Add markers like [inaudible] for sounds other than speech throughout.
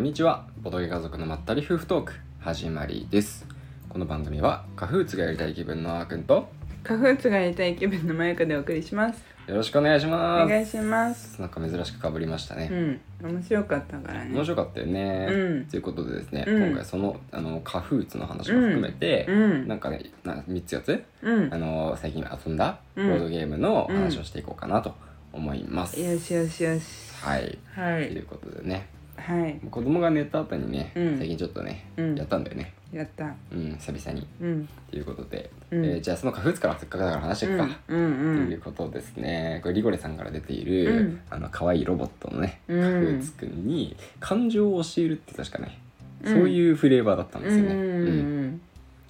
にちはボドゲ家族のまったり夫婦トーク始まりですこの番組はカフーツがやりたい気分のあーくんとカフーツがやりたい気分のまゆかでお送りしますよろしくお願いしますお願いしますなんか珍しくかぶりましたうね、ん面白かったからね面白かったよね、うんということでですね、うん今回そのあのカフーツの話も含めて、うんなんかねな3つ4つうんあの最近遊んだボードゲームの話をしていこうかなと思います、よしよしよしはいはといいうことでねはい子供が寝た後にね、うん最近ちょっとね、うんやったんだよねやったうん久々にうんということで、うんえーじゃあそのカフーツからせっかくだから話していくか、うんうというんことですねこれリゴレさんから出ている、うんあの可愛いロボットのね、うんカフーツくんに感情を教えるって確かね、うんそういうフレーバーだったんうんうですよねん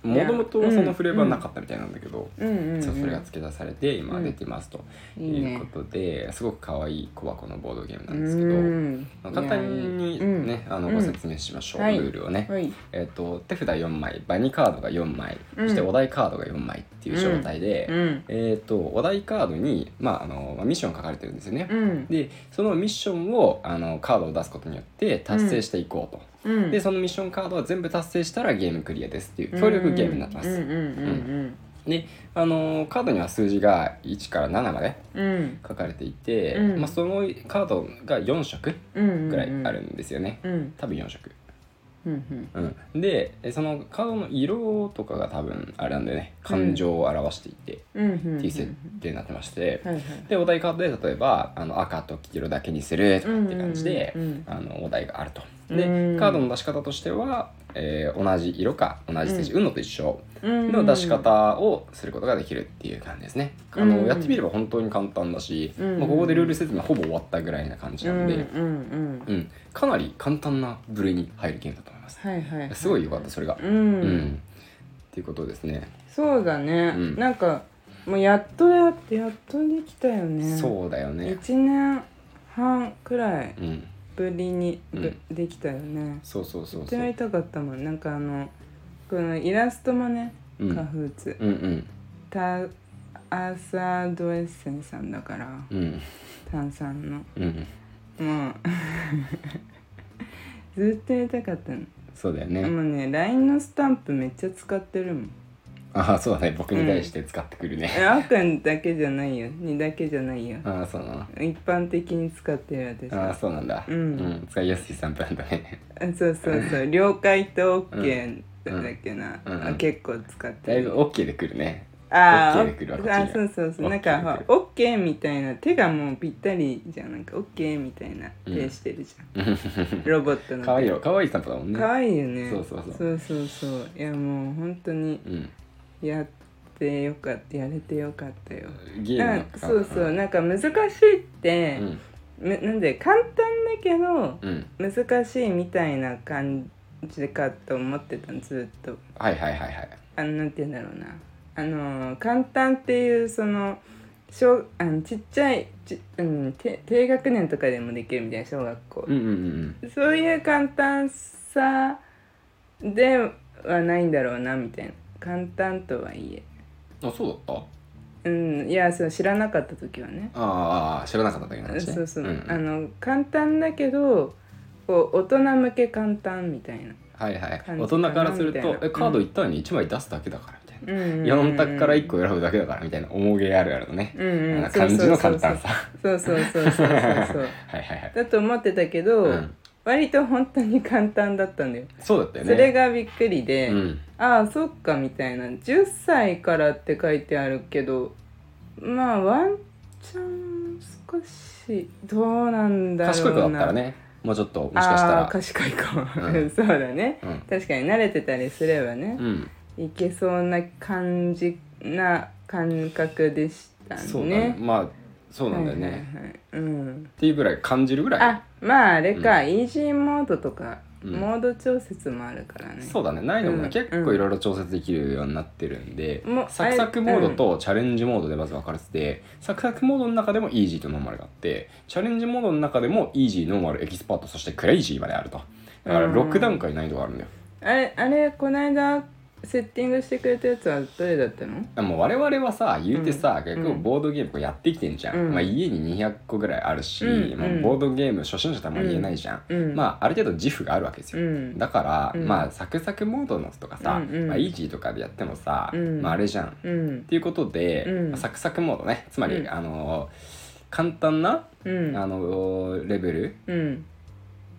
もともとはそのフレーバーなかったみたいなんだけど、うんうんうんそうそれが付け出されて今出てますといいいうねことで、すごく可愛い小箱のボードゲームなうんですけど、んまあ簡単にうんね、あのうんご説明しましょう、はいルールをね、はいえっと手札4枚場にカードが4枚うんそしてお題カードが4枚っていう状態で、うんえっとお題カードに、まああのまあミッション書かれてるんですよねう、んでそのミッションをあのカードを出すことによって達成していこうと、うんでそのミッションカードは全部達成したらゲームクリアですっていう協力ゲームになってます、うんうんであのカードには数字が1から7までうんうん書かれていて、うんまあ、そのカードが4色うんうんぐらいあるんですよね、うん多分4色うんうん、でえそのカードの色とかが多分あれなんだよね感情を表していて、うんうんっていう設定になってまして、はいはいでお題カードで例えばあの赤と黄色だけにするとかって感じで、うんうんうんあのお題があると。で、うんカードの出し方としては、えー同じ色か同じ数字、うのと一緒うんの出し方をすることができるっていう感じですね。あのうんやってみれば本当に簡単だし、うんまあここでルール説明ほぼ終わったぐらいな感じなんで、うんうんうんうん、かなり簡単な部類に入るゲームだと思います。はいはいすごい良かったそれが。う、うんん。っていうことですね。そうだね、うんなんかもうやっとやってやっとできたよねそうだようね。 1年半くらいうん。ぶりに、うんぶできたよねそうそうそうとてそもう。痛かったもんなんかあのこのイラストもね、うんカフーツうんうんタアーサー・ドエッセンさんだからうん炭酸のうん。もう [laughs] ずっとやりたかったのそうだよね。もうね LINE のスタンプめっちゃ使ってるもんああそうだね。僕に対して使ってくるね。えあくんだけじゃないよにだけじゃないよああそうなの。一般的に使ってる私ああはそうなんだ。うん使いやすい散歩なんだね。あそうそうそう了解と OK だっけな、うんうんあ結構使っだていぶる、オッケーでくるね。あー OK で来るわこっちにはあそうそうそう OK なんかほらで OK みたいな手がもうぴったりじゃんなんか OK みたいなうん手してるじゃん、ロボットの可愛いよ可愛い散歩だもんね。かわいいよねそうそうそうそうそうそういやもう本当にうん。やってよかったやれてよかったよゲームなのんかそうそうね。なんか難しいって、うんむなんで簡単だけどうん。難しいみたいな感じかと思ってたのずっとはいはいはいはい。あのなんて言うんだろうなあの簡単っていうその小あのちっちゃいち、うん、低低学年とかでもできるみたいな小学校う、んうんうんそういう簡単さではないんだろうなみたいな簡単とはいえうん。あそうだっうんいやそう知らなかった時はねた。ああ知らなかっただけの話ね。そうそう、んんあの簡単だけどこう大人向け簡単みたいな、はいはい感大じか人なからするみたいとなえカード1単に1枚出すだけだからみたいな、うんうんうん4択から1個選ぶだけだからみたいな重げあるあるのね、うんうんあの漢字の簡単さそうそうそうそうそうそう [laughs] そうはいはいはいだと思ってたけど、うん割と本当に簡単だったんだよ、そうだったよそねれがびっくりで、うんああそっかみたいな10歳からって書いてあるけどまあワンチャン少しどうなんだろうな賢い子だったらねもうちょっともしかしたああら賢い子、うん [laughs] そうだねうん確かに慣れてたりすればねう、んいけそうな感じな感覚でしたねそうだねまあそうなんだよね、はいっはいはいうんていうぐらい感じるぐらいあまああれか、イージーモードとか、うんモード調節もあるからねそうだねないのもね、うん結構いろいろ調節できるようになってるんで、もうサクサクモードとチャレンジモードでまず分かれてて、サクサクモードの中でもイージーとノーマルがあってチャレンジモードの中でもイージーノーマルエキスパートそしてクレイジーまであるとだからうん6段階難易度があるんだよ、あれあれこの間セッティングしてくれたやつは誰だったのあもう我々はさ言うてさ、うん結構ボードゲームこうやってきてんじゃん、うんまあ、家に200個ぐらいあるし、うんまあうんボードゲーム初心者とはも言えないじゃん、うんまあある程度自負があるわけですうよ、んだから、うんまあサクサクモードのとかさ、うんうんまあ、イージーとかでやってもさ、うんまあ、あれじゃんっうんていうことで、うんまあサクサクモードねつまり、うんあの簡単な、うんあのレベル、うん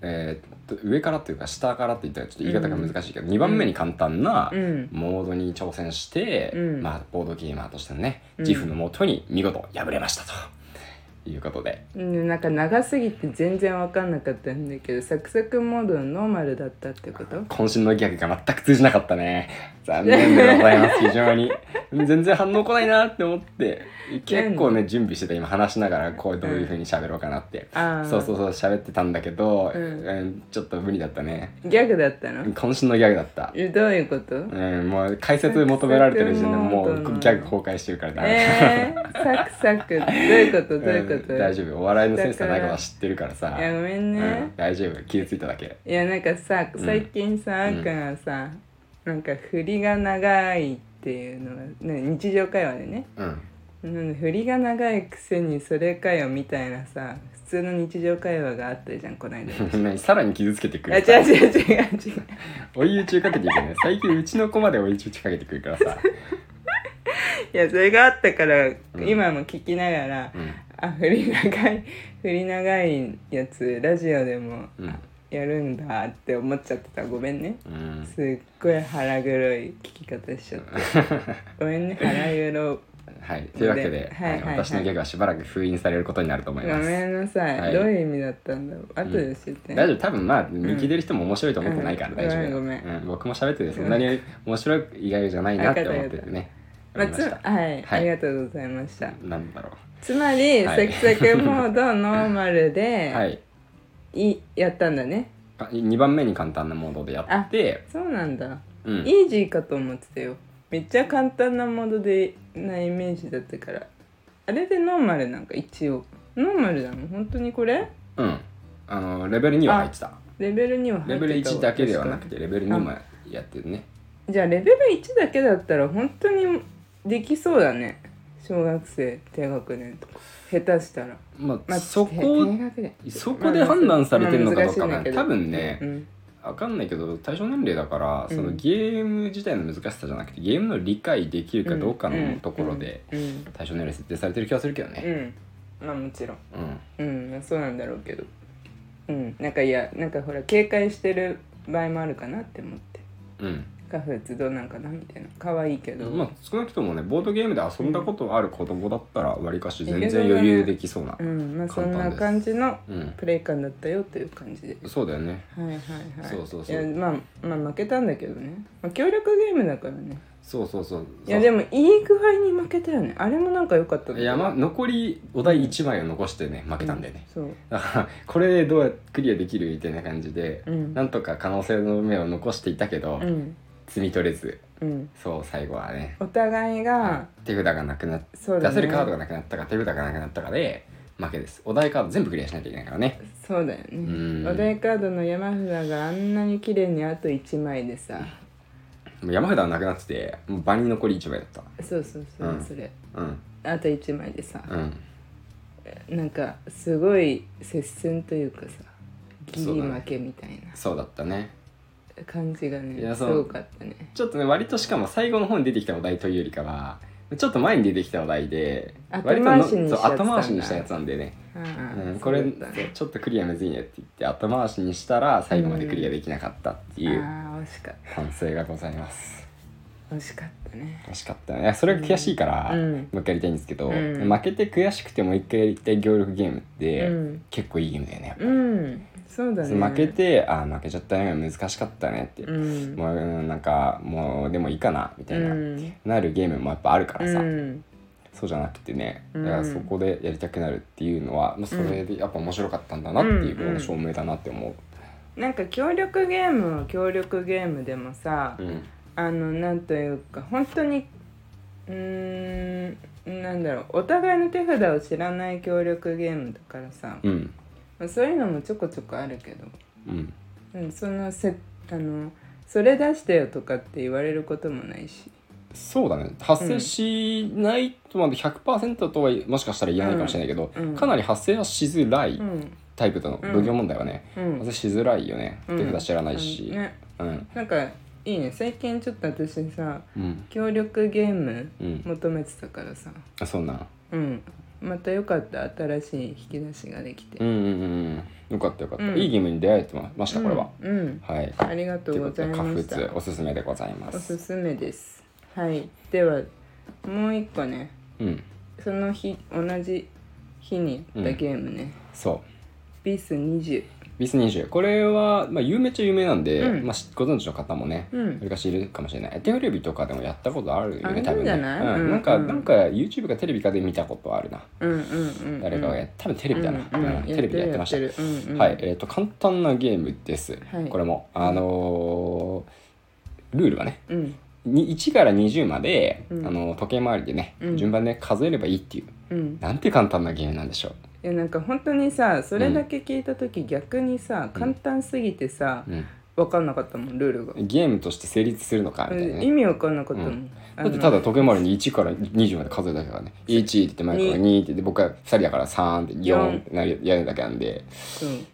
えーっと上からというか下からって言ったらちょっと言い方が難しいけど、2番目に簡単な、うんモードに挑戦して、うんまあ、ボードゲーマーとしてのねうん自負のもとに見事敗れましたと、いうことでうんなんか長すぎて全然わかんなかったんだけどサクサクモードのノーマルだったってこと渾身のギャグが全く通じなかったね残念でございます非常に全然反応来ないなって思って結構ね準備してた今話しながらこうどういうふうに喋ろうかなって、ああそうそうそう喋ってたんだけど、うんうんちょっと無理だったねギャグだったの渾身のギャグだったえどういうことうん、もう解説求められてる時点でもうサクサクモードのギャグ崩壊してるからダメえー、サクサクどういうことどういうこと、うん大丈夫お笑いのセンスがないことは知ってるからさいやごめんうんね、大丈夫傷ついただけいやなんかさうん最近さ、あうんんくんはさなんか振りが長いっていうのが、ね、日常会話でねうん [laughs] うん振りが長いくせにそれかよみたいなさ普通の日常会話があったじゃんこ [laughs] の間何さらに傷つけてくある違う違う違う違う追い打ちかけていくね最近うちの子まで追い打ちかけてくるからさ、いやそれがあったから、ん今も聞きながらうんあ振り長い [laughs] 振り長いやつラジオでもうんやるんだって思っちゃってたごめんねうん、すっごい腹黒い聞き方しちゃった [laughs] ごめんね腹黒はいというわけで、ではいはいはい私のギャグはしばらく封印されることになると思ごいますめんなさい、はいどういう意味だったんだろう後で教えて、大丈夫多分まあ見切れる人も面白いと思ってないからうん大丈夫だよ、ごめんごうん僕も喋っててそんなに面白い意外じゃないなって思っててねまあ思いまつしまたはい、はいありがとうございましたなんだろつまり、はいサクサクモードノーマルう [laughs] で、はいい、やったんだねあ2番目に簡単なモードでやってそうなんだ、うんイージーかと思ってたよめっちゃ簡単なモードでなイメージだったからあれでノーマルなんか一応ノーマルなの本当にこれうんあのレベル2は入ってたレベルには入レってベルたわ1だけではなくてレベル2あもやってるねじゃあレベル1だけだったら本当にできそうだね小学生低学年とか下手したら、ままああ、そ低こ低学年そこで判断されてるのかどうかまあは難しいんだけど多分ねうん分かんないけど対象年齢だからうんそのゲーム自体の難しさじゃなくてゲームの理解できるかどうかのところでうんうん対象年齢設定されてる気がするけどうねんまあもちろんうんうんそうなんだろうけどうんなんかいやなんかほら警戒してる場合もあるかなって思ってうんカフェどうなんかなみたいな可愛いけど、まあ少なくともねボードゲームで遊んだことある子供だったらわりかし全然余裕できそうなうんまあそん簡単なです感じのうんプレイ感だったよという感じでそうだよねはいはいはいそうそうそうやまあまあ負けたんだけどね、まあ、協力ゲームだからねそうそうそういやでもいい具合に負けたよねあれもなんか良かったんだけどいやまあ残りお題1枚を残してね負けたんだよね、そうだから [laughs] これでどうやクリアできるみたいな感じで、うんなんとか可能性の目を残していたけど、うん摘み取れずうんそう最後はね、お互いが手札がなくなっそうだ出ねせるカードがなくなったか手札がなくなったかで負けですお題カード全部クリアしなきゃいけないからねそうだようねんお題カードの山札があんなに綺麗にあと1枚でさもう山札はなくなっててもう場に残り1枚だっそうそうそう、うんそれたうんあと1枚でさうんなんかすごい接戦というかさギそうリだね負けみたいそうだったねな感じがねいやすそうごかったねちょっとね割としかも最後の方に出てきたお題というよりかはちょっと前に出てきたお題で後割との回しにしそうちゃってたん後だ回しにしたやつなんでねうんうん、これ、そうだったねちょっとクリアむずいねって言って後回しにしたら最後までクリアできなかったっていうああ惜しかっ反省がございますた惜しかったね惜しかったねそれが悔しいから、うんもう一回やりたいんですけど、うん負けて悔しくてもう一回やりたい協力ゲームって、うん結構いいゲームだよねやっぱうんそうだね負けて「あー負けちゃったね難しかったね」って、うんもううんなんかもうでもいいかなみたいな、うんなるゲームもやっぱあるからさ、うんそうじゃなくてねうだんからそこでやりたくなるっていうのは、まあ、それでやっぱ面白かったんだなっていうこうんうのん証明だなって思う。なんか協力ゲームは協力ゲームでもさ、うんあのなんというか本当にうーんなんだろうお互いの手札を知らない協力ゲームだからさ、うんまあそういうのもちょこちょこあるけど、うんうん、そのせあのそれ出してよとかって言われることもないしそうだね発生しないとまで100%とはもしかしたら言えないかもしれないけど、うんうんかなり発生はしづらいうんタイプとのうん分業問題はね、うん発生しづらいよね、うん手札知らないし、ねうんなんかいいね最近ちょっと私さうん協力ゲームうん求めてたからさあそんなうんまたよかった新しい引き出しができて、うんうんうんうんよかったよかった、うんいいゲームに出会えてましたこれは、うん、うんはいありがとうございまというこしとでカフたツおすすめでございまおすすすめですはいではもう一個ねうんその日同じ日にやったゲームね、そうビス20ビス20これは、まあ、有名っちゃ有名なんで、うんまあ、しご存知の方もね、うんわりかしいるかもしれないテレビとかでもやったことあるよね多あ分ねいいんじゃないうんうんなんか、うんなんか YouTube かテレビかで見たことあるなうんうんうん、うん、誰かがや多分テレビだな、うんうんテレビでやってましたるるうんうん、はいえー、と簡単なゲームです、はいこれもあのールールはねうんに1から20まで、うんあの時計回りでね、うん順番で数えればいいっていううんなんて簡単なゲームなんでしょいやなんか本当にさそれだけ聞いた時、逆にさ簡単すぎてさ、う、うん分かんなかったもんルールが、ゲームとして成立するのかみたいなね意味分かんなかったもん、うんあだっのてただ時計回りに1から20まで数えただけだからね1って言って前から2って言って僕は2人だから3って4ってなるやるだけなんで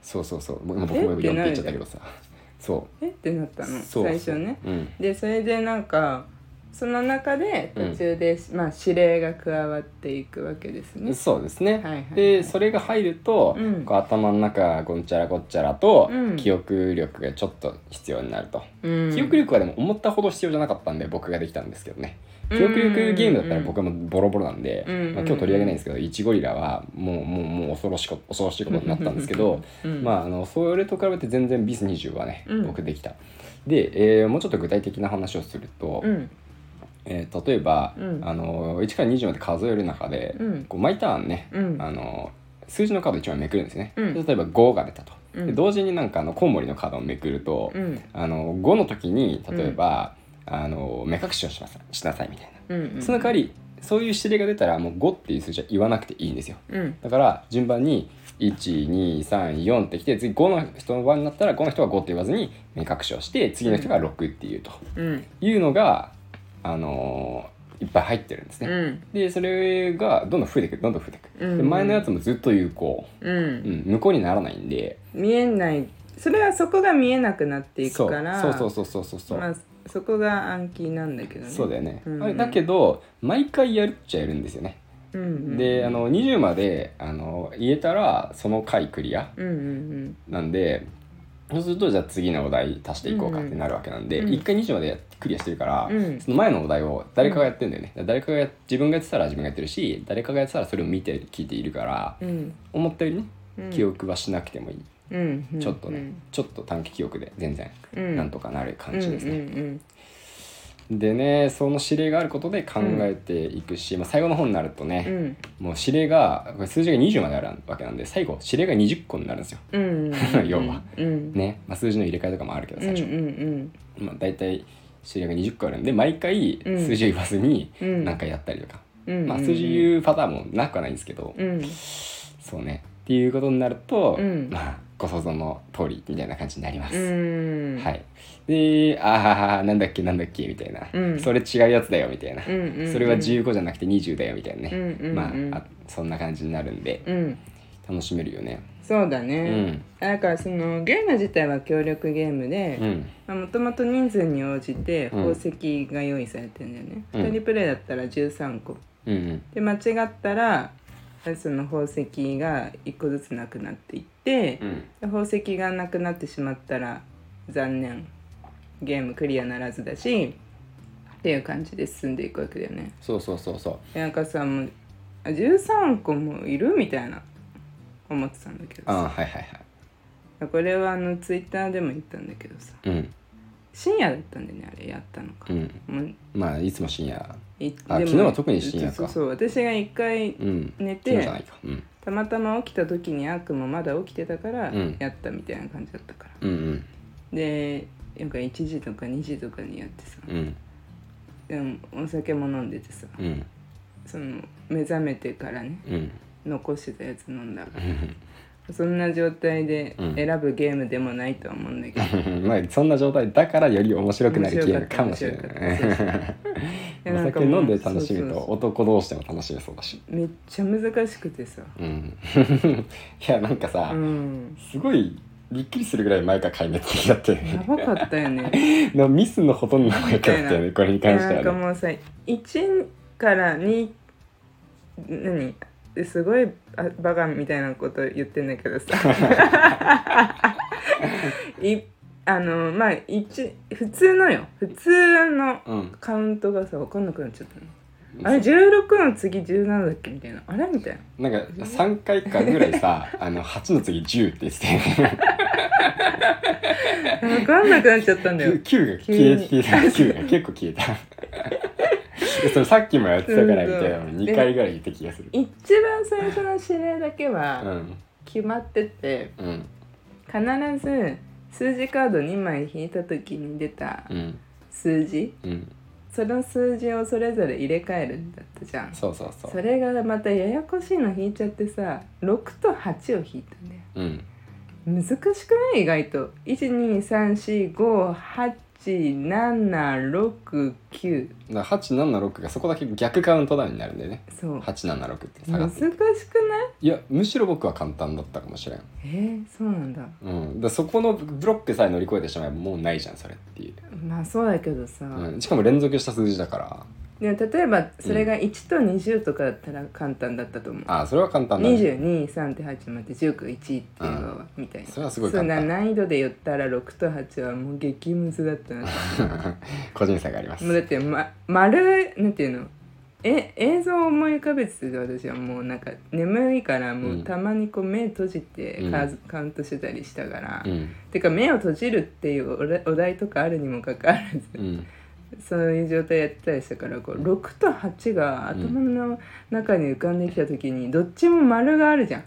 そうそうそうそう僕も僕も4って言っちゃったけどさそえってなったうのそう最初ねうんでそれでなんかその中で途中で、まあ、指令が加わっていくわけですねそうですね、はいはいはいでそれが入ると、うんこう頭の中ごんちゃらごっちゃらと、うん記憶力がちょっと必要になると、うん記憶力はでも思ったほど必要じゃなかったんで僕ができたんですけどねうん記憶力ゲームだったら僕はもうボロボロなんで、うんまあ、今日取り上げないんですけど1ゴリラはもうもうもう恐ろしこ恐ろしいことになったんですけど、う [laughs] んまああのそれと比べて全然ビス20はね、うん僕できた。で、えーもうちょっと具体的な話をすると、うんえー例えば、うんあの1から20まで数える中で、うんこう毎ターンね、うんあの数字のカード1枚めくるんですね、うんで例えば5が出たと、うんで同時になんかあのコウモリのカードをめくると、うんあの5の時に例えば、あの目隠しをしますしなさいみたいな、うんうんその代わりそういう指令が出たらもう5っていう数字は言わなくていいんですようんだから順番に1234ってきて次5の人の番になったら5の人は5って言わずに目隠しをして次の人が6っていうとうんいうのが、あのーいっぱい入ってるんですね、うんでそれがどんどん増えていくどんどん増えていく、うんで前のやつもずっと有効、うんうん、無効にならないんで見えないそれはそこが見えなくなっていくからそうそうそうそうそうそう、まあ、そこが暗記なんだけどねそうだよね、うんあれだけど毎回やるっちゃやるんですよね、うんうん、であの20まであの言えたらその回クリアうんうんなんでそうするとじゃあ次のお題足していこうかってなるわけなんで、うん1回20までやってクリアしてるから、うんその前のお題を誰かがやってんだよね、だから誰かがや自分がやってたら自分がやってるし誰かがやってたらそれを見て聞いているからうんうん思ったよりねうん記憶はしなくてもいい、うんうんちょっとね、ちょっと短期記憶で全然うんなんとかなるうん感うんじですね、うんでねその指令があることで考えていくし、まあ、最後の方になるとうね、んもう指令がこれ数字が20まであるわけなんで最後指令が20個になるんですようんうん [laughs] 要はうんね、まあ、数字の入れ替えとかもあるけどうんう最ん初、うんまあ、大体指令が20個あるんで毎回うん数字を言わずにうんなんかやったりとか、うんまあ、数字言うパターンもなくはないんですけど、うんそうねっていうことになると、うんまあご想像の通りみたいな感じになります、うんはい、で「ああなんだっけなんだっけ」みたいな、うんそれ違うやつだよ」みたいな、うんうんうんそれは15じゃなくて20だよ」みたいなね、うんうんうんまああそんな感じになるんでうん楽しめるよねそうだうね、んだからそのゲーム自体は協力ゲームで、うんまあ、もともと人数に応じてうん宝石が用意されてんだよね、うん2人プレイだったら13個うんうんで間違ったらその宝石が1個ずつなくなっていって、うん宝石がなくなってしまったら残念ゲームクリアならずだしっていう感じで進んでいくわけだよねそうそうそうそうでなんかさもうあ13個もいるみたいな思ってたんだけどあーはさいはいはいこれはあのツイッターでも言ったんだけどさうん深夜だったんでねあれやったのか、うんもうまあいつも深夜いあでも昨日は特に深夜かそうそう私が一回うん寝昨日てじゃないかうんたまたま起きた時に悪もまだ起きてたからうんやったみたいな感じだったから、うんうんでなんか1時とか2時とかにやってさうんでもお酒も飲んでてさうんその目覚めてからねうん [laughs] 残してたやつ飲んだかうんそんな状態でうん選ぶゲームでもないとは思うんだけど、まあそんな状態だからより面白くなるゲームかもしれない面白かねいや [laughs] おなんか酒もう飲んで楽しむそうそうとそう男同士でも楽しめそうだしめっちゃ難しくてさうん [laughs] いやなんかさ、うんすごいびっくりするぐらい前から壊滅的だったよやねばかったよね [laughs] のミスのほとんど前からだったよねこれに関してなんかはねもうさ1から2何すごいあバカみたいなこと言ってんだけ [laughs] どさいあのまあ一普通のよ普通のうんカウントがさ分かんなくなっちゃったのあれ16の次17だっけみたいなあれみたいななんか3回かぐらいさあの8の次10って言って [laughs] て分かんなくなっちゃったんだよ 9, が消えてた急に9が結構消えた [laughs] でそれさっきもやってたからみたいなのうん2回ぐらい言った気がする一番最初の指令だけうはん決まっててうん必ず数字カード2枚引いた時に出たうん数字うんその数字をそれぞれ入れ替えるんだったじゃんそうそうそそうれがまたややこしいの引いちゃってさ6と8を引いたんだようん難しくない意外とだか123458769ら876がそこだけ逆カウントダウンになるんだよねそう876って下が難っしてくないいやむしろ僕は簡単だったかもしれんえー、そうなんだうん、だからそこのブロックさえ乗り越えてしまえばもうないじゃんそれっていう、まあそうだけどさ、うん、しかも連続した数字だからでも例えばそれが1と20とかだったら簡単だったと思う、ああそれは簡単だ、ね、 223って8まで191っていうのはみたいなそれはすごいそ簡んな単難易度で言ったら6と8はもう激ムズだったな [laughs] 個人差がありますもうだって、ま、丸なんていうのえ映像を思い浮かべてて私はもうなんか眠いからもううんたまにこう目閉じてうんカ,、カウントしてたりしたから、うんてか目を閉じるっていうお題お題とかあるにもかかわらずう [laughs] んそういう状態やってたりしたからこう6と8が頭の中に浮かんできた時にどっちも丸があるじゃ [laughs] ん。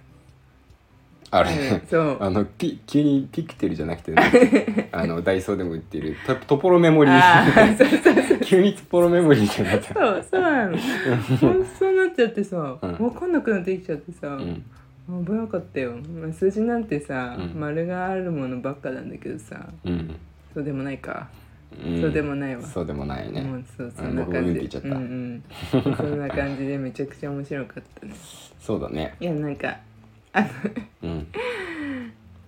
あれ、うんそうあのピ急にピクテルじゃなくて、 [laughs] ね、あのダイソーでも売ってるトトポロメモリあー [laughs] ーそうそうそう急にトポロメモリーってなったそうそうなのそうそうなっちゃってさうん分かんなくなってきちゃってさ、うん危なかったよ、まあ、数字なんてさ、うん丸があるものばっかなんだけどさうん、そうでもないか、うん、そうでもないわそうでもないね、もうそうあそんな僕もうん感って言じっちゃったうんうん、そんな感じでめちゃくちゃ面白かったねそうだねいやなんかうん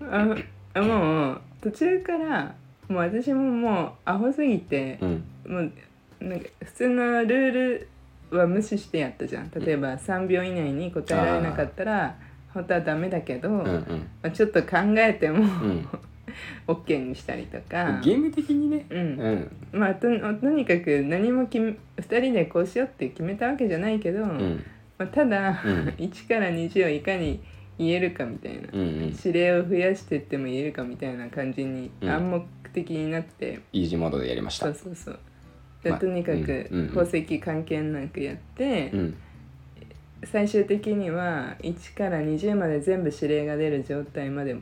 ああもう途中からもう私ももうアホすぎてう、んもうなんか普通のルールは無視してやったじゃん例えば3秒以内に答えられなかったら本当はダメだけど、うんうまんあ、ちょっと考えても、うん OK にしたりとかゲーム的にねううんんまあ、ととにかく何もき2人でこうしようって決めたわけじゃないけど、うんまあ、ただ、うん1から20をいかに言えるかみたいなうんうん指令を増やしてっても言えるかみたいな感じにうん暗黙的になって、イージーモードでやりましたそうそうそうでまあとにかうんくうんうん宝石関係なくやって、うん最終的には1から20まで全部指令が出る状態までいっ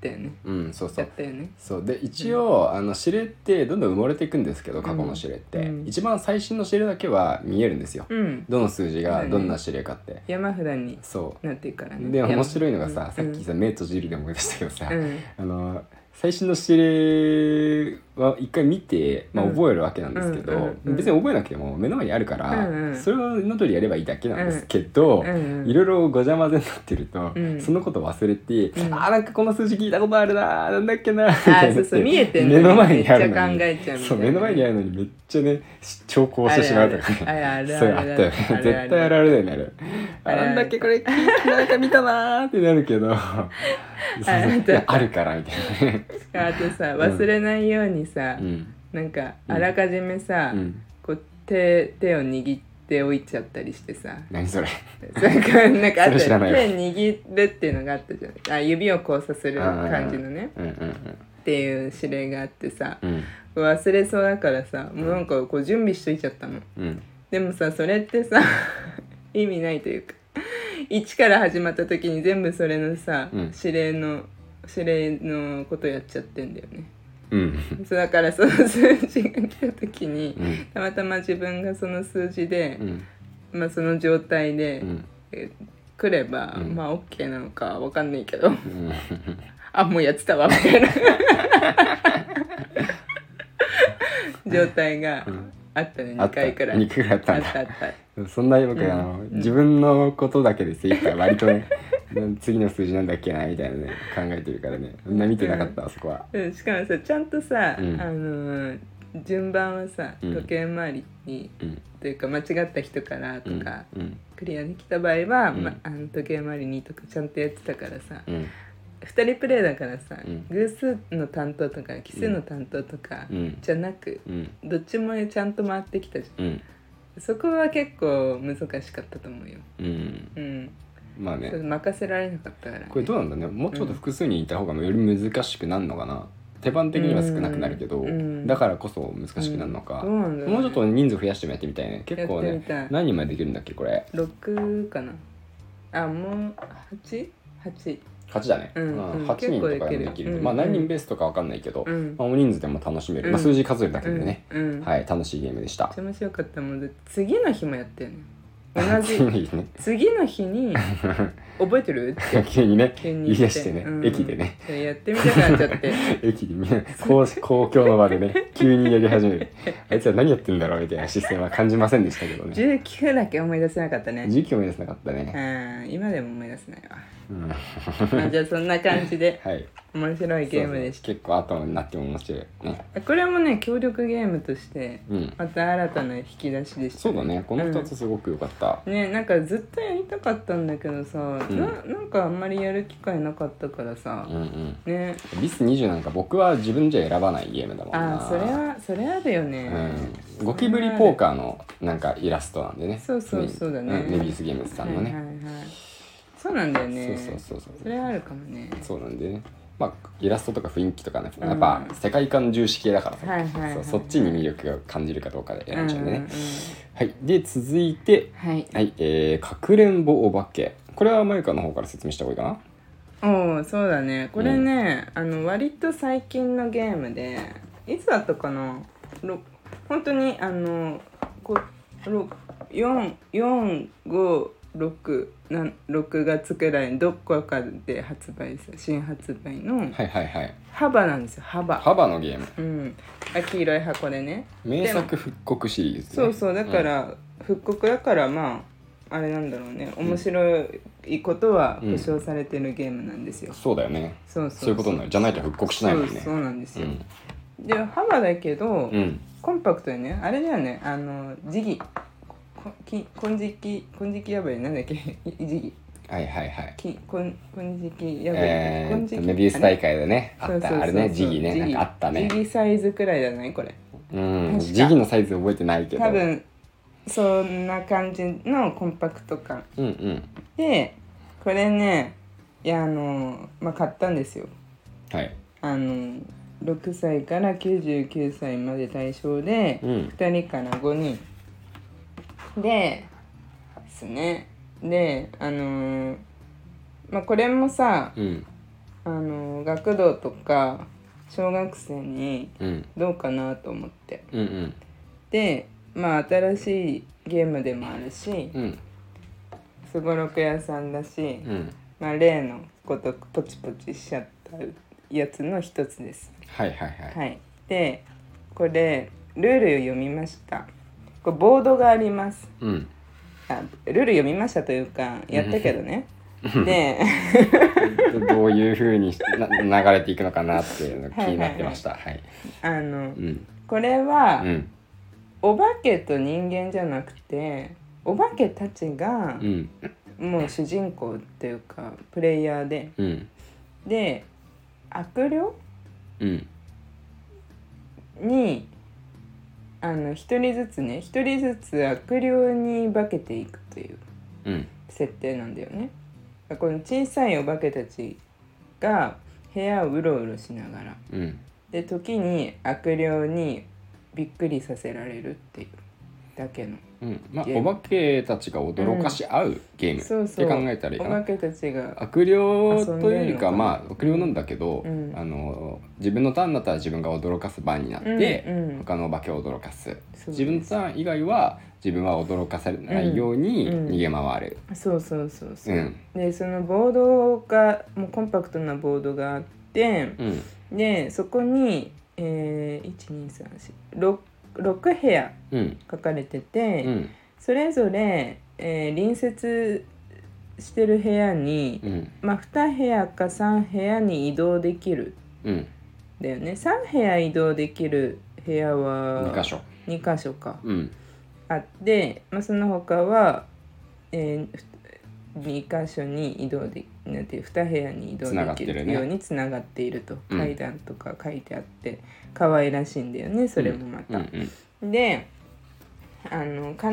たよねうんそうそやうったよねそうで一応、あの指令ってどんどん埋もれていくんですけど過去の指令って、うん一番最新の指令だけは見えるんですよ、うんどの数字はがいどんな指令かって、山札にそなってるからうねで山面白いのがさ、うさんっきさ目閉じるで思い出したけどさ、うんあの最新の指令は一回見て、まあ、うん覚えるわけなんですけど、うんうんうん別に覚えなくても目の前にあるから、うんうんそれの通りやればいいだけなんですけど、うんうんいろいろごちゃ混ぜになってると、うんそのこと忘れて、うんあーなんかこの数字聞いたことあるなーなんだっけなーみあたいーになってそうそう見えてんの目にの前にあるめっちゃの考にえちゃうみたいなそう目の前にあるのにめっちゃね調考してしまうとかねあれあれそういうのあったよねあれあれ絶対あられるようになるああれあれなんだっけこれなんか見たなーってなるけ [laughs] どあれあれいやあるからみたいなねしかもあとさ忘れないようにさ、うんなんかうんあらかじめさ、うんこう手手を握っておいちゃったりし [laughs] てさ何それそれからなんかあそれ知らないわ手握るっていうのがあったじゃんあ指を交差する感じのねうんうんっていう指令があってさうん忘れそうだからさもうなんかこう準備しといちゃったのうんでもさそれってさ [laughs] 意味ないというか1から始まった時に全部それのさ、うん指令の指令のことやっちゃってんだよねうんそうだからその数字が来た時にうんたまたま自分がその数字でう、んまあ、その状態で、うんえ来れば、うんまあ OK なのかわかんないけど [laughs] うんあもうやってたわみた [laughs] いな状態がうんあったねあ2った回くらい2回くらいあったあんっだたあったそんなに僕、うんあのん自分のことだけで精一杯割とねうん次の数字なんだっけなみたいなね考えてるからねみんな見てなかった、そこはうん、しかもさちゃんとさ、うんあのー順番はさうん時計回りに、うんというか間違った人からとうんか、うんクリアできた場合は、うんま、あの時計回りにとかちゃんとやってたからさ、うん二人プレイだからさ、うん偶数の担当とか奇数の担当とかうんじゃなく、うんどっちもちゃんと回ってきたじうんゃんそこは結構難しかったと思うよ、うんうん、まあそねれ任せられなかったから、これどうなんだねもうちょっと複数人いた方がより難しくなるのかな手番的には少なくなるけど、うんうんだからこそ難しくなるのか、うんどうなんだろうねもうちょっと人数増やしてもやってみたいね結構やってねみたい何人までできるんだっけこれ6かなあもう 8?8 8だね、うんまあうん8人とかでも結で構でききる、るまあうん何人ベースとかわかんないけど、うんまあ、大人数でも楽しめる、まあ、うん数字数えるだけでね、うんうん、めっはい楽しいゲームでしたちゃ面白かったもんで次の日もやったよね同急じにね次の日 [laughs] に覚えてるって急にね急に言い出してね、うん駅でねそれやってみたくなっちゃって [laughs] 駅でみんな公公共の場でね急にやり始め [laughs] るあいつら何やってんだろうみたいな視線は感じませんでしたけどね19だけ思い出せなかったね時期も出せなかったね、うん今でも思い出せないわうんまあじゃあそんな感じではい。面白いゲームでしそうそう結構後になっても面白いね。たこれもね協力ゲームとしてうん。また新たな引き出しでしたそうだね。この2つすごく良かった。ねなんかずっとやりたかったんだけどさ、うんななんかあんまりやる機会なかったからさうん、うん。ねビス20なんか僕は自分じゃ選ばないゲームだもんあな。ーそれはそれあるよね、うん。ゴキブリポーカーのなんかイラストなんでね。そうそうそうだねんネビウスゲームズさんのはね。いはいはい、そうなんだよねそうそうそうそそう。れはあるかもねそうなんでね。まあイラストとか雰囲気とかね、うんやっぱ世界観重視系だからさ、はいはいはいそうそっちに魅力が感じるかどうかで選んじゃうんでね。うんうんはい。で続いて。はいはい、えー、かくれんぼお化け。これはマユカの方から説明した方がいいかおおそうだねこれね、あの割と最近のゲームでいつだったかなろ本当にあのころ4 4 5 6なん6月くらいにどこかで発売さ新発売のなはいはいはい。幅なんですよ幅幅のゲーム。うんあ黄色い箱でね名作復刻シリーズ、ね。そうそうだから、復刻だからまああれなんだろうね面白いことは保証されてるゲームなんですよ、うんそうだよね。そうそういうことになる。じゃないと復刻しないもんね。そうそうなんですうよ、ん。で幅だけど、うん。コンパクトでねあれだよねあのジギこき金色金色破りなんだっけ [laughs] いジギはいはいはい。き金金色破り、え金ー、色とメビウス大会会でねあったあれねジギねなんかあったねジギサイズくらいじゃないこれうん確かジギのサイズ覚えてないけど多分そんな感じのコンパクト感うんうんでこれねいやあのまあ買ったんですよはいあの6歳から99歳まで対象で、うん2人から5人でですねであのーまあこれもさ、うんあのー学童とか小学生にうんどうかなと思ってうんうんでまあ新しいゲームでもあるしうんすごろく屋さんだし、うんまあ、例のごとくポチポチしちゃったやつの一つです。はいはいはいはい、でこれルールを読みましたこれボードがありますうんあルール読みましたというかやったけどね [laughs] ででどういうふうにしてな流れていくのかなっていうのが気になってましたはいあのうんこれうは、んお化けと人間じゃなくてお化けたちがうんもう主人公っていうかプレイヤーでうんで悪霊うんにあの一人ずつね一人ずつ悪霊に化けていくといううん設定なんだよねこの小さいお化けたちが部屋をうろうろしながらうんで時に悪霊にびっくりさせられるっていうだけのうんまあ、ゲーおム化けたちが驚かし合うゲームそうっそうて考えたらいいおか化な。けたちが悪霊というより遊んでるのかかなまあ悪霊なんだけど、うんあの自分のターンだったら自分が驚かす番になって、うんうん他のお化けを驚かすそう自分のターン以外は自分は驚かされないようにうんうん逃げ回る、そうそうそうそうう、んでそのボードがもうコンパクトなボードがあってうんでそこに、えー、1236 6部屋うん書かれてて、うんそれぞれ、えー隣接してる部屋に、うんまあ、2部屋か3部屋に移動できるうんんだよね3部屋移動できる部屋は2箇所、 2箇所かうん、あって、まあ、その他は、え2箇所に移動でなんていう2部屋に移動つながでっきてるるねようにつながっていると、うん階段とか書いてあって可愛らしいんだよねそれもまうんた。うんであのか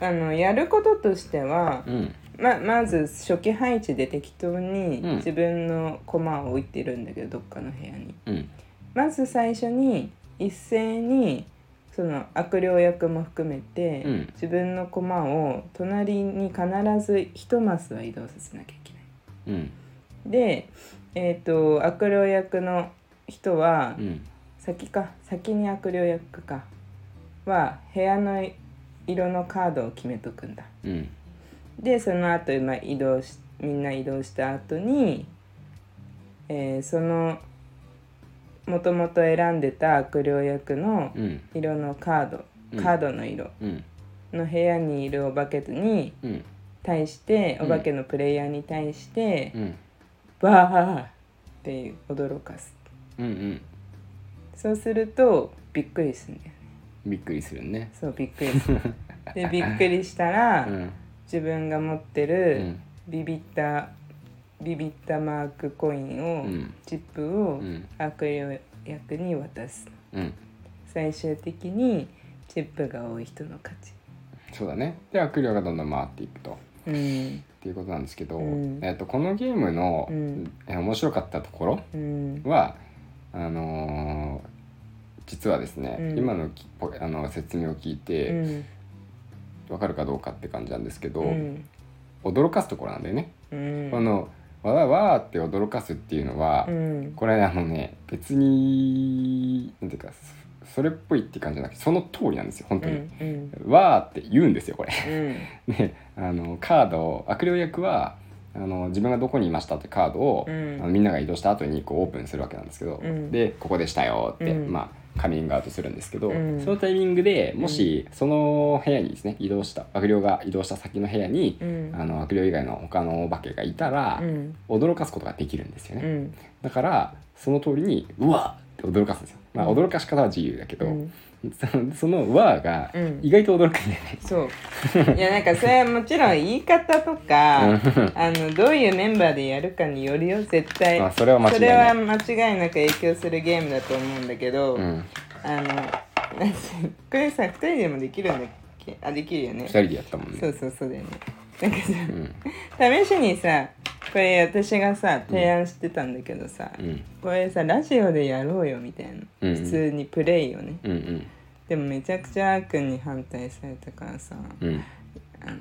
あのやることとしては、うんままず初期配置で適当にうん自分の駒を置いてるんだけどどっかの部屋に。うんまず最初に一斉にその悪霊役も含めて、うん自分の駒を隣に必ず一マスは移動させなきゃいけない。うんで、えー、と悪霊役の人は、うん先か先に悪霊役かは部屋の色のカードを決めとくんだ。うんでその後今移動しみんな移動した後に、えーそのもともと選んでた悪霊役のうん色のカード、うんカードの色うんの部屋にいるお化けにうん対して、うんお化けのプレイヤーに対してうん「わ、ー!」って驚かすうんそうするとびっくりするんだよねうんびっくりするねそうびっくりする [laughs] でびっくりしたら、うん自分が持ってうるんビビったビビったマークコインを、うんチップをうん悪霊役に渡すうん最終的にチップが多い人の勝ちそうだねで悪霊がどんどん回っていくとうんっていうことなんですけど、うんえっとこのゲームの、うんえ面白かったところうんはあのー実はですね、うん今のきぽあの説明を聞いうてんわ、かるかどうかって感じなんですけど、うん驚かすところなんだよね。うんこのわわわーって驚かすっていうのは、うんこれあのね別になんていうかそそれっぽいって感じじゃなくてその通りなんですよ本う当に。んうんわーって言うんですよこれ。 [laughs] うんであのカードを悪霊役はあの自分がどこにいましたってカードを、うんあのみんなが移動した後にこうオープンするわけなんですけど、うんでここでしたよって、うんまあ、カミングアウトするんですけど、うんそのタイミングでもしその部屋にですね移動した悪霊が移動した先の部屋に、うんあの悪霊以外の他のお化けがいたら、うん驚かすことができるんですよね、うんだからその通りに「うわ!」って驚かすんですよ、まあ、うん驚かし方は自由だけど、うんそその「うわ!」がうん意外と驚くんじゃないそういやなんかそれはもちろん言い方とかあのどういうメンバーでやるかによるよ絶対あそれは間違いないそれは間違いなく影響するゲームだと思うんだけど、うんあの [laughs] なんつうのこれさ2人でもできるんだっけあできるよね二人でやったもんねそうそうそうだよねなんかさうん試しにさこれ私がさ提案してたんだけどさ、うんこれさラジオでやろうよみたいな、うんうん普通にプレイをねうんうんでもめちゃくちゃあーくんに反対されたからさうんあの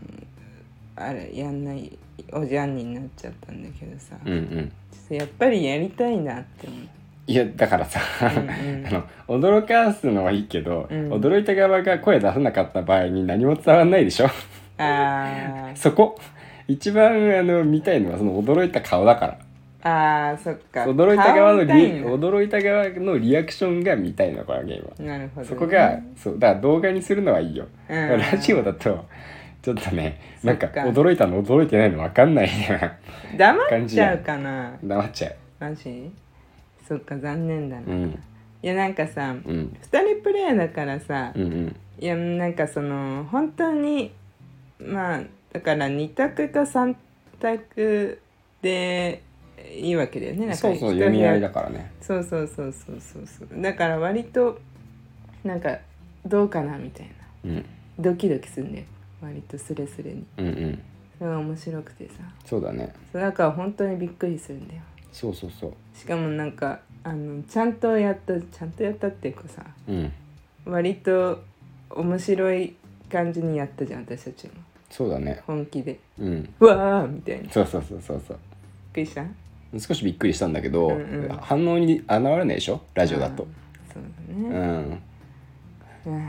あれやんないおじゃんになっちゃったんだけどさ、うんうんちょっとやっぱりやりたいなっ [laughs] て思っていやだからさ、うんうんあの驚かすのはいいけど、うん驚いた側が声出さなかった場合に何も伝わんないでしょあーそこ一番あの見たいのはその驚いた顔だかあーそっから驚いた側の顔見リたいんだ驚いた側のリアクションが見たいのこのゲームはなるほど、ね、そこがそうだから動画にするのはいいよ、うんラジオだとちょっとねなんかそっか驚いたの驚いてないの分かんないね黙っちゃうかな黙っちゃうマジそっか残念だな、ういんやなんかさ2うん人プレイだからさ、うんうんいやなんかその本当にまあだから2択か3択でいいわけだよねなんかそうそう一部屋読み合いだからねそうそうそうそうそうそうだから割となんかどうかなみたいなうんドキドキすんね割とスレスレにうんうんそれが面白くてさそうだねそうだから本当にびっくりするんだよそうそうそうしかもなんかあのちゃんとやったちゃんとやったっていうかさうん割と面白い感じにやったじゃん私たちもそうだね本気でうん「うわー!」みたいなびっそうそうそうそうそうくりした少しびっくりしたんだけど、うんうん反応に現れないでしょラジオだとそううだね、んうん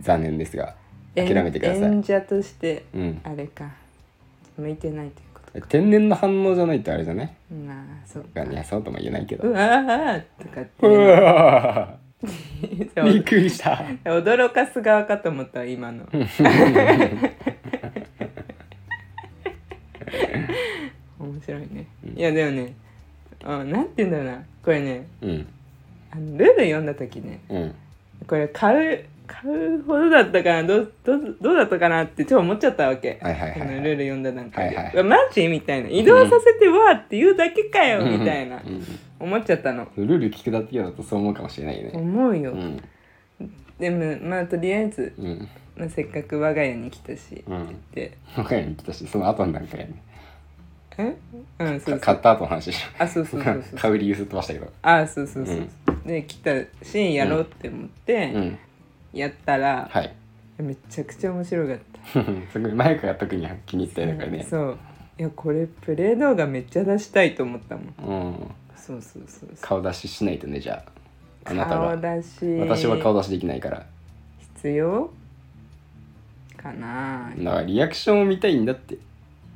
残念ですが諦めてください演演者としてうんあれか向いてないということか天然の反応じゃないとあれじゃないまあそうかがにゃそうとも言えないけどうわーとかっうてわそ [laughs] ーびっうくりした驚かす側かと思ったわ [laughs] 今の面白いねいやでもねあなんて言うんだろうなこれねうんあのルール読んだ時ねうんこれ買う買うほどだったかなどうどうどうだったかなってちょっと思っちゃったわけ、はいはいはいこのルール読んだなんかで、はいはいうわマジみたいな移動させてわーって言うだけかよ、みたいなうん思っちゃったのルール聞くだけだとそう思うかもしれないよね思うよ、うんでもまあとりあえず、うんまあ、せっかく我が家に来たし、うんで岡山に来たしその後の段階やねえうんそうそ買うった後の話でしょあそうそうそうそう買う理由すっ飛ばしたけどあそうそうそう、で来たしやろうって思っうてんやったら、はい [laughs] めちゃくちゃ面白かったすごいマイクが特に気に入ったよねこれねそういやこれプレイ動画めっちゃ出したいと思ったもうんんそうそうそうそう顔出ししないとねじゃああなた顔は出し私は顔出しできないから必要かなだからリアクションを見たいんだって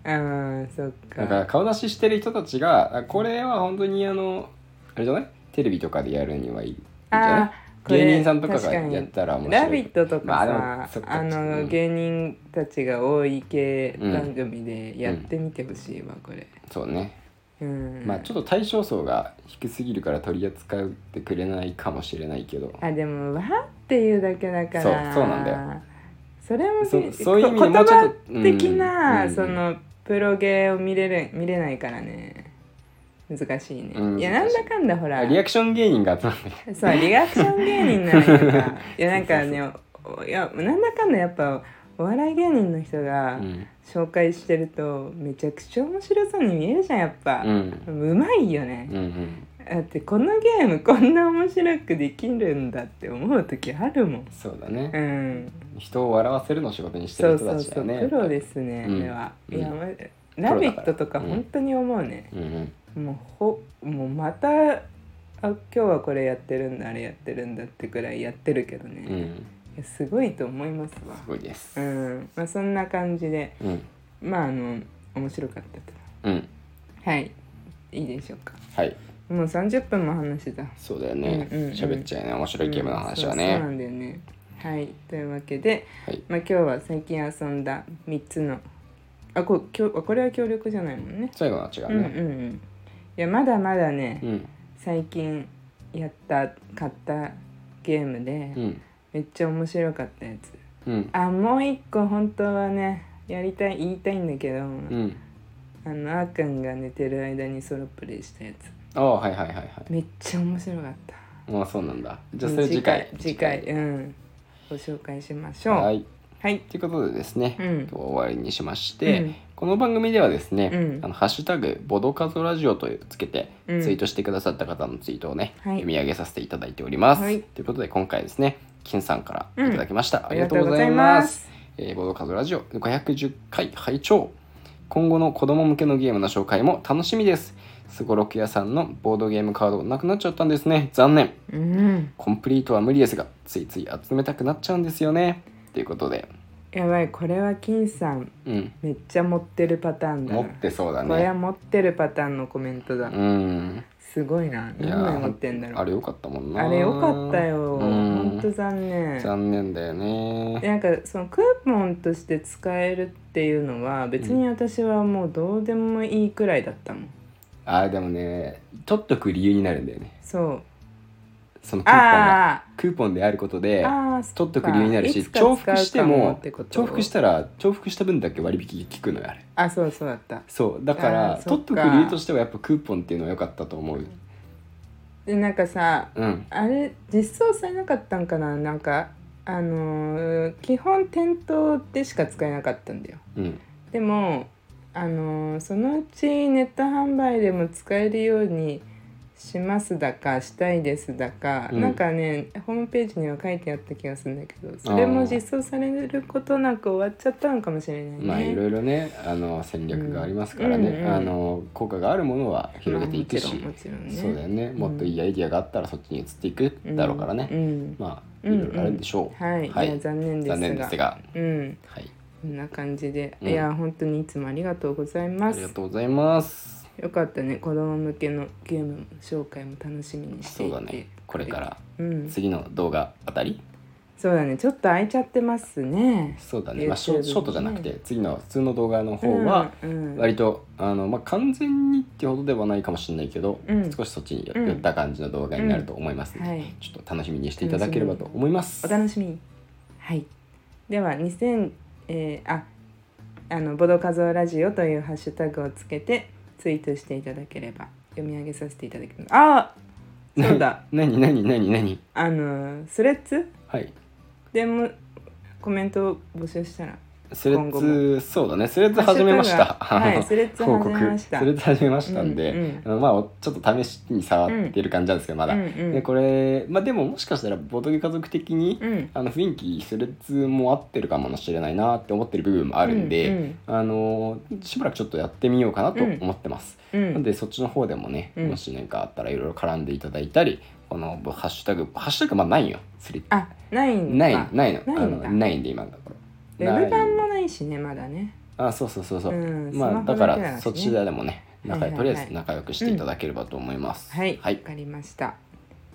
あーそっだからか顔出ししてる人たちがあこれは本当にあのあれじゃないテレビとかでやるにはいいんじゃあーこないれ芸人さんとかが確かにやったら面白いラビット!」とかさ、まああでもそっかの、うん芸人たちが多い系うん番組でやってみてほしいわ、これそうねうんまあちょっと対象層が低すぎるから取り扱ってくれないかもしれないけどあでも「わ」っていうだけだからそうそうなんだよそれもそ [laughs] そうそういう意味で言もうちょっ葉とうん的な、うんそのプロゲーを見れる見れないからね難しいね、うんいやな難んしいだかんだほらリアクション芸人が集まってそうリアクション芸人なのよと [laughs] かいやなんかねおいやなんだかんだやっぱお笑い芸人の人がうん紹介してるとめちゃくちゃ面白そうに見えるじゃんやっぱ、うんうまいよねうん、うんだってこのゲームこんな面白くできるんだって思う時あるもんそうだね、うん人を笑わせるのを仕事にしてそるう人そたうちだそよう、ねプロですね、うんあれは、うんいやま「ラビット!」とかうん本当に思うね、うんうんもうほもうまたあ今日はこれやってるんだあれやってるんだってくらいやってるけどね、ういんやすごいと思いますわすごいですうんまあそんな感じでうんまああの面白かっうたとんはいいいでしょうかはいもう30分も話してたそうだよねうんうんうん喋、っちゃうね面白いゲームの話はうんそうそうなね、んだよねはいというわけで、はいまあ、今日は最近遊んだ3つのあこきょこれは協力じゃないもんね最後の違うんううんねうんいやまだまだね、うん最近やった買ったゲームで、うんめっちゃ面白かったやつうんあもう一個本当はねやりたい言いたいんだけど、うんあのあーくんが寝てる間にソロプレイしたやつああはいはいはいはいめっちゃ面白かったまあそうなんだじゃあそれ次回次回うんご紹介しましょうははい、いということでですね、うん今日は終わりにしまして、うんこの番組ではですね、うんあのハッシュタグボドカゾラジオというつけてうんツイートしてくださった方のツイートをね、はい読み上げさせていただいております。はいということで今回ですね、金さんからいただきました。ありがとうございますえーボードカードラジオ510回拝聴今後の子供向けのゲームの紹介も楽しみですすごろく屋さんのボードゲームカードなくなっちゃったんですね残念うんコンプリートは無理ですがついつい集めたくなっちゃうんですよねということでやばいこれは金さんうんめっちゃ持ってるパターンだな持ってそうだこれはね持ってるパターンのコメントだ、うんすごいな何枚持ってんだろうあれよかったもんなあれよかったようほんとん残念残念だよねなんかそのクーポンとして使えるっていうのは別に私はもうどうでもいいくらいだったもんあでもね取っとく理由になるんだよねそうそのクーポンがあクーポンであることでーあーそっか取っとく理由になるいしつか使う重複してかもってこと重複したら重複した分だけ割引効くのよあれあそうそうだったそうだからあーそ取っっかとく理由としてはやっぱクーポンっていうのは良かったと思うでなんかさうんあれ実装されなかったんかななんかあのー基本店頭でしか使えなかったんだようんでもあのーそのうちネット販売でも使えるようにしますだかしたいですだか、うんなんかねホームページには書いてあった気がするんだけどそれも実装されることなく終わっちゃったのかもしれないね。まあいろいろねあの戦略がありますからね、うんうんうんあの効果があるものは広げていくし、まあもちろんもちろそうんだね。よねもっといいアイディアがあったらそっちに移っていくだろうからね、うんまあういんうんろいろあるんでしょう、はい、いや残念ですが残念ですがうんはいこんな感じで、うんいや本当にいつもありがとうございあまりがすとうございますよかったね子供向けのゲームの紹介も楽しみにしてそいうてだねこれからうん、次の動画あたりそうだねちょっと空いちゃってますねそうだね、まあ、ショ YouTube ショートじゃなくて次の普通の動画のうん方はうん割とあの、まあ、完全にってほどではないかもしれないけど、うん少しそっちにうん寄った感じの動画になると思いますので、うんはいちょっと楽しみにしていただければと思いますお。楽しみにはいでは2000、えー、ああのボドカズオラジオというハッシュタグをつけてツイートしていただければ読み上げさせていただきますあーそうだ [laughs] 何何何何あのスレッズはい。でもコメントを募集したらスレ今後ッズそうだねスレッズ始めました。ハッシュタグがは [laughs] いスレッズ報告始めましたスレッズ始めましたんで、うんうんあのまあちょっと試しに触ってる感じなんですけどまだ。うんうんでこれまあでももしかしたらボトゲ家族的に、うんあの雰囲気スレッズも合ってるかもしれないなって思ってる部分もあるんで、うんうんあのしばらくちょっとやってみようかなと思ってます。うんなんでそっちの方でもね、うんもし何かあったらいろいろ絡んでいただいたりこのハッシュタグハッシュタグまあないよスレッズあないんだないないのないんだあのないんで今のとこウろェブない版もないしねまだねあそうそうそうそう、うんスまマあホだかだけだしらねそちらでもね仲はいはいとりあえず仲良くしていただければと思います、はい、わかりました。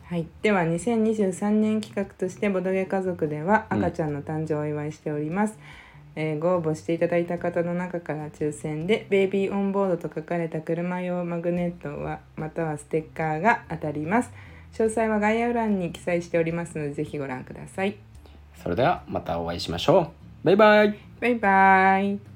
はい、では2023年企画としてボドゲ家族ではうん赤ちゃんの誕生をお祝いしております、えーご応募していただいた方の中から抽選でベイビーオンボードと書かれた車用マグネットはまたはステッカーが当たります詳細は概要欄に記載しておりますのでぜひご覧くださいそれではまたお会いしましょうバイバイバイバイ